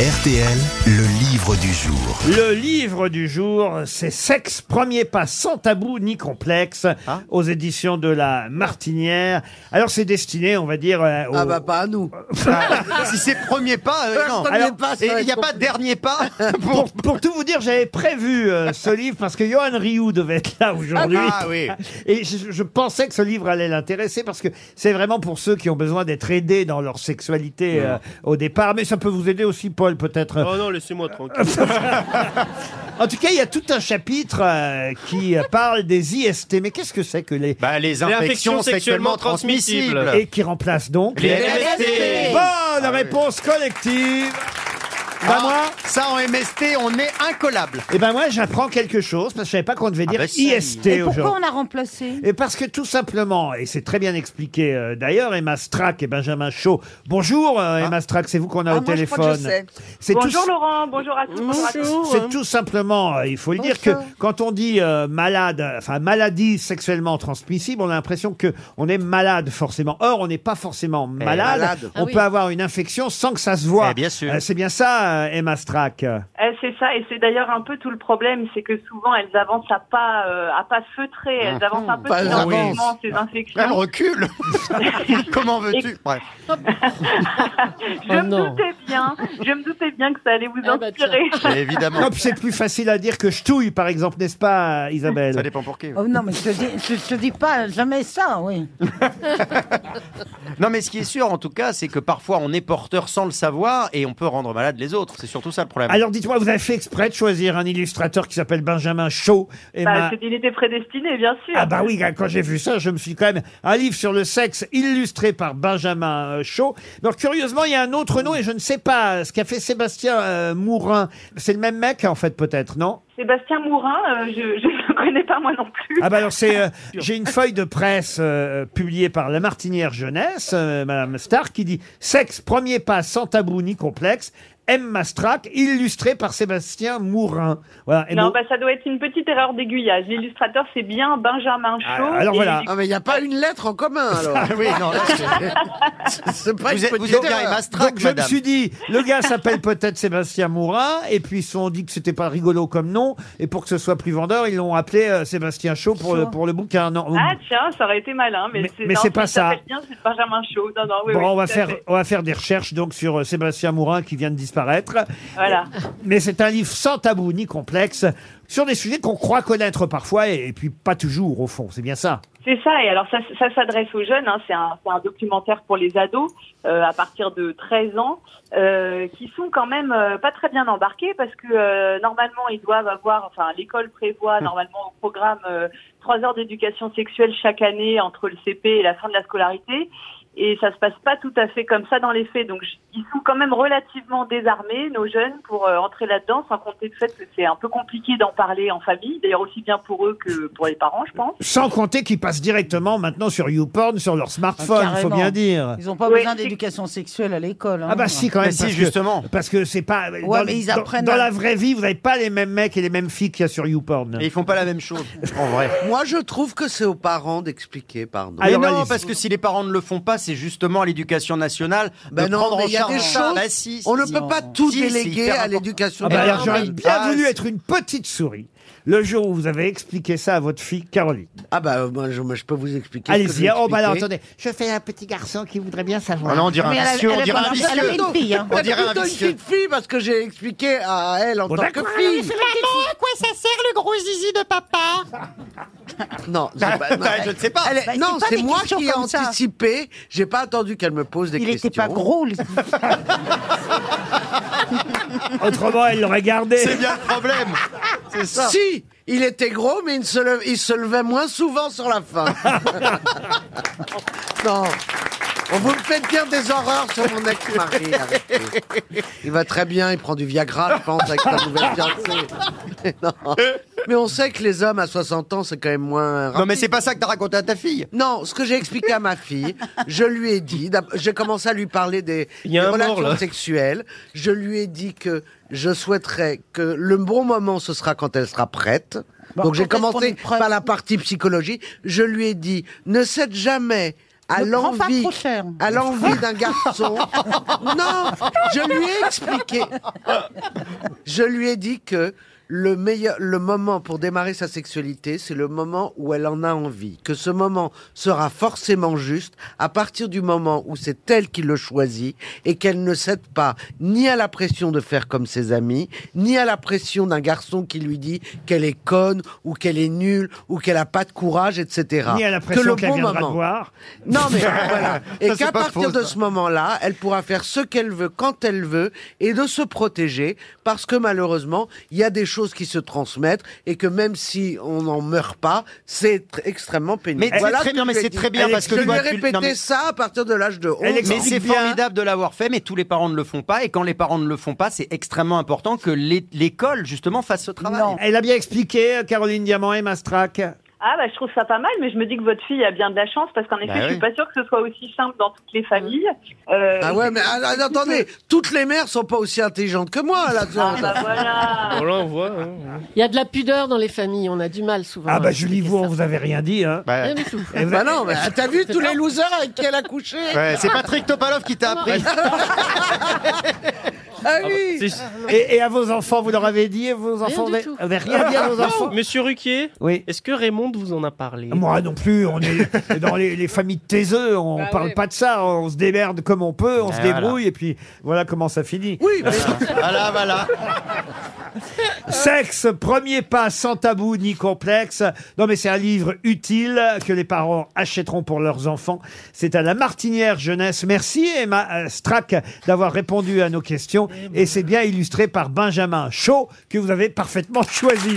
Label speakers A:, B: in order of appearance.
A: RTL, le livre du jour.
B: Le livre du jour, c'est Sexe, premier pas sans tabou ni complexe, aux éditions de la Martinière. Alors c'est destiné, on va dire, euh, aux-
C: Ah bah pas à nous.
D: Si c'est premier pas, euh, non.
C: Premier
D: Alors,
C: pas, ça
D: et
C: va
D: il n'y a
C: être
D: pas dernier pas pour.
B: pour, pour tout vous dire, j'avais prévu euh, ce livre parce que Johan Rioux devait être là aujourd'hui.
D: Ah oui.
B: Et je, je pensais que ce livre allait l'intéresser parce que c'est vraiment pour ceux qui ont besoin d'être aidés dans leur sexualité euh, au départ. Mais ça peut vous aider aussi, Paul, peut-être.
E: Oh non, laissez-moi tranquille.
B: En tout cas, il y a tout un chapitre euh, qui euh, parle des IST. Mais qu'est-ce que c'est que les...
D: Bah, les
E: infections sexuellement transmissibles.
B: Et qui remplace donc
D: Les
B: Bonne
D: LSD.
B: réponse collective bah
D: Ah,
B: moi,
D: Ça en MST, on est incollable.
B: et ben moi j'apprends quelque chose parce que je savais pas qu'on devait dire
D: bah si.
B: IST
F: Et pourquoi
B: aujourd'hui.
F: on a remplacé
B: Et parce que tout simplement, et c'est très bien expliqué euh, d'ailleurs, Emma Strack et Benjamin Shaw. Bonjour euh, Emma Strack, c'est vous qu'on a
C: Ah,
B: au
C: moi, je crois que je
B: téléphone.
C: sais.
B: C'est
G: Bonjour
B: tout-
G: Laurent, bonjour à tous. bonjour à tous.
B: C'est tout simplement, euh, il faut le dire, que quand on dit euh, malade, euh, enfin maladie sexuellement transmissible, on a l'impression que on est malade forcément. Or, on n'est pas forcément malade.
C: malade.
B: On
F: Ah oui.
B: peut avoir une infection sans que ça se voit.
D: Eh bien sûr.
B: Euh, c'est bien ça, euh, Emma Strack.
G: Euh, c'est ça, et c'est d'ailleurs un peu tout le problème, c'est que souvent elles avancent à pas, euh, à pas feutré, elles avancent un peu
C: pas
G: silencieusement
C: avance.
G: ces
D: Elle
G: infections.
D: recule. Comment veux-tu Bref.
G: Je me doutais bien, je me doutais bien que ça allait vous
F: Ah bah tiens.
G: inspirer.
D: Évidemment.
B: Non, puis c'est plus facile à dire que je touille, par exemple, n'est-ce pas, euh,
D: Ça
B: Isabelle
D: dépend pour qui.
C: Oh non, mais je te dis, je, je te dis pas jamais ça, oui.
D: Non, mais ce qui est sûr, en tout cas, c'est que parfois on est porteur sans le savoir et on peut rendre malade les autres. C'est surtout ça le problème.
B: Alors dites-moi, vous avez fait exprès de choisir un illustrateur qui s'appelle Benjamin Shaw.
G: Bah,
B: Emma...
G: c'est- il était prédestiné, bien
B: Eh
G: sûr.
B: ben- Ah bah oui, quand j'ai vu ça, je me suis dit quand même un livre sur le sexe illustré par Benjamin euh, Shaw. Alors curieusement, il y a un autre nom et je ne sais pas ce qu'a fait Sébastien euh, Mourin. C'est le même mec en fait peut-être, non
G: Sébastien Mourin, euh, je ne le connais pas moi non plus.
B: Ah bah alors c'est euh, j'ai une feuille de presse euh, publiée par La Martinière Jeunesse, euh, Madame Star, qui dit sexe premier pas sans tabou ni complexe. M. Mastrac, illustré par Sébastien Mourin. Voilà. Et
G: non,
B: mon-
G: bah, ça doit être une petite erreur d'aiguillage. L'illustrateur, c'est bien Benjamin Chaud.
B: Ah, alors voilà.
C: Ah mais il n'y a pas une lettre en commun alors.
D: Ah oui, non, là, c'est-
C: C'est pas
D: vous
C: une
D: êtes,
C: petite
D: vous êtes bien
C: erreur.
D: Emma Strack,
B: Donc je me
D: madame.
B: suis dit, le gars s'appelle peut-être Sébastien Mourin, et puis ils se sont dit que c'était pas rigolo comme nom, et pour que ce soit plus vendeur, ils l'ont appelé euh, Sébastien Chaud pour, le- pour le bouquin. Non,
G: Ah tiens, ça aurait été malin, mais,
B: Mais-
G: c'est
B: mais
G: non,
B: c'est pas
G: ça.
B: ça.
G: s'appelle bien, c'est Benjamin Chaud. Non, non, oui, oui,
B: bon, on va
G: tout à
B: faire,
G: fait.
B: on va faire des recherches donc sur euh, Sébastien Mourin qui vient de disparaître.
G: Voilà.
B: Mais c'est un livre sans tabou ni complexe sur des sujets qu'on croit connaître parfois et, et puis pas toujours au fond. C'est bien ça.
G: C'est ça, et alors ça, ça s'adresse aux jeunes, hein, c'est un, c'est un documentaire pour les ados euh, à partir de 13 ans, euh, qui sont quand même euh, pas très bien embarqués parce que euh, normalement ils doivent avoir, enfin l'école prévoit normalement au programme euh, trois heures d'éducation sexuelle chaque année entre le CP et la fin de la scolarité, et ça se passe pas tout à fait comme ça dans les faits, donc je- ils sont quand même relativement désarmés, nos jeunes, pour euh, entrer là-dedans, sans compter le fait que c'est un peu compliqué d'en parler en famille, d'ailleurs aussi bien pour eux que pour les parents, je pense.
B: Sans compter qu'ils passent directement maintenant sur YouPorn, sur leur smartphone,
C: Ah,
B: faut
C: carrément.
B: bien dire.
C: Ils n'ont pas
G: Oui,
C: besoin
G: c'est-
C: d'éducation sexuelle à l'école. hein.
B: Ah bah si quand même.
D: Mais si,
B: parce que-
D: justement.
B: Parce que c'est pas. dans,
C: mais ils
B: dans-
C: apprennent
B: dans
C: à-
B: la vraie vie, vous n'avez pas les mêmes mecs et les mêmes filles qu'il y a sur YouPorn.
D: Et ils font pas la même chose, en vrai.
C: Moi, je trouve que c'est aux parents d'expliquer, pardon.
B: Ah,
D: Mais
B: Allez,
D: non,
B: Alice.
D: parce que si les parents ne le font pas, c'est justement à l'éducation nationale
C: Ben
D: de
C: non,
D: prendre
C: mais
D: en
C: il y a
D: charge
C: des
D: ça.
C: choses-
D: Bah si,
C: On ne
D: si.
C: peut pas tout
D: Si, c'est
C: déléguer
D: hyper
C: à
D: important.
C: l'éducation
B: Ah bah
C: nationale.
B: alors, j'aurais bien
D: Ah,
B: voulu
D: c'est-
B: être une petite souris le jour où vous avez expliqué ça à votre fille Caroline.
C: Ah bah, euh, moi, je, moi, je peux vous expliquer. ce que je
B: Allez-y.
C: vais
B: Oh bah alors
C: expliquer.
B: attendez, je fais un petit garçon qui voudrait bien
D: Ah
B: savoir.
D: non, on dirait
F: Mais
D: un
F: elle a-
D: vicieux, on
F: elle a
D: dirait
F: pas
D: un
F: marché, elle a
D: vicieux.
F: fait une fille. hein.
D: On
C: Elle
D: dirait
C: est
D: un
C: plutôt une
D: vicieux.
C: petite fille parce que j'ai expliqué à elle en
B: Bon,
C: tant que
B: d'accord.
C: fille.
H: À quoi ça sert le gros zizi de papa
C: Non, c'est pas- non,
D: Bah, Je ne sais pas.
C: elle est-
F: Bah, c'est
C: non,
F: pas
C: c'est
F: des
C: moi
F: questions
C: qui ai
F: comme ça.
C: anticipé. J'ai pas attendu qu'elle me pose des
F: Il
C: questions.
F: était pas gros, lui.
B: Autrement, elle l'aurait gardé.
D: C'est bien le problème. C'est ça.
C: Si, il était gros, mais il se, le- il se levait moins souvent sur la fin. non. On vous me fait dire des horreurs sur mon ex-mari. arrêtez. Il va très bien, il prend du Viagra, je pense, avec sa nouvelle fiancée. Non. Mais on sait que les hommes à 60 ans, c'est quand même moins...
D: Non, mais c'est pas ça que t'as raconté à ta fille.
C: Non, ce que j'ai expliqué à ma fille, je lui ai dit, d'ab- j'ai commencé à lui parler des,
E: Il y a
C: des
E: un mort,
C: relations
E: là.
C: sexuelles, je lui ai dit que je souhaiterais que le bon moment, ce sera quand elle sera prête.
F: Bon,
C: Donc j'ai
F: quand est-ce qu'on est
C: commencé
F: prêt
C: par la partie psychologie, je lui ai dit, ne cède jamais à
F: Ne prends pas
C: l'envie,
F: trop cher.
C: à l'envie d'un garçon. non, je lui ai expliqué. Je lui ai dit que le meilleur, le moment pour démarrer sa sexualité, c'est le moment où elle en a envie. Que ce moment sera forcément juste à partir du moment où c'est elle qui le choisit et qu'elle ne cède pas ni à la pression de faire comme ses amis, ni à la pression d'un garçon qui lui dit qu'elle est conne ou qu'elle est nulle ou qu'elle a pas de courage, etc.
B: Ah. Ni à la pression qu'elle viendra te voir.
C: Non mais voilà. Et
B: Ça, c'est
C: qu'à
B: pas
C: partir
B: faux,
C: de
B: ça.
C: ce moment-là, elle pourra faire ce qu'elle veut quand elle veut et de se protéger parce que malheureusement, il y a des choses qui se transmettent et que même si on n'en meurt pas, c'est tr- extrêmement pénible.
D: Mais c'est
C: Voilà
D: très
C: ce que
D: bien,
C: je
D: mais
C: lui ai
D: c'est
C: dit.
D: très bien
C: Elle
D: parce que
C: je lui
D: toi,
C: ai
D: tu- non,
C: répété
D: mais-
C: ça à partir de l'âge de 11 ans.
D: Mais c'est formidable de l'avoir fait, mais tous les parents ne le font pas. Et quand les parents ne le font pas, c'est extrêmement important que l'é- l'école, justement, fasse ce travail.
B: Elle a bien expliqué, euh, Caroline Diamant et Mastrac.
G: Ah bah je trouve ça pas mal, mais je me dis que votre fille a bien de la chance parce qu'en effet, je
D: oui.
G: suis pas sûre que ce soit aussi simple dans toutes les familles. Euh,
C: Ah ouais, mais ah, ah, attendez, toutes les mères sont pas aussi intelligentes que moi là.
G: Ah bah voilà.
E: Oh, On hein. l'envoie.
I: Il y a de la pudeur dans les familles, on a du mal souvent.
B: Ah bah Julie, vous, on vous avez rien dit. Hein.
I: Rien du tout.
E: Eh,
B: Et vous-
C: Bah non, mais t'as vu tous les losers avec qui elle a couché
D: c'est Patrick Topalov qui t'a appris. bah,
C: Ah oui.
B: et, et à vos enfants, vous leur avez dit et vos enfants
I: du
B: n'avez-
I: tout.
B: n'avez rien dit à vos enfants
E: Monsieur Ruquier,
B: Oui.
E: est-ce que Raymond vous en a parlé
B: Ah, Moi non plus, on est dans les, les familles de taiseux, on parle pas de ça, on se démerde comme on peut, on se
D: voilà.
B: débrouille et puis voilà comment ça finit.
C: Oui, mais
D: voilà, voilà.
B: Sexe, premier pas sans tabou ni complexe. Non mais c'est un livre utile que les parents achèteront pour leurs enfants. C'est à la Martinière Jeunesse. Merci Emma euh, Strack d'avoir répondu à nos questions et c'est bien illustré par Benjamin Chaud que vous avez parfaitement choisi.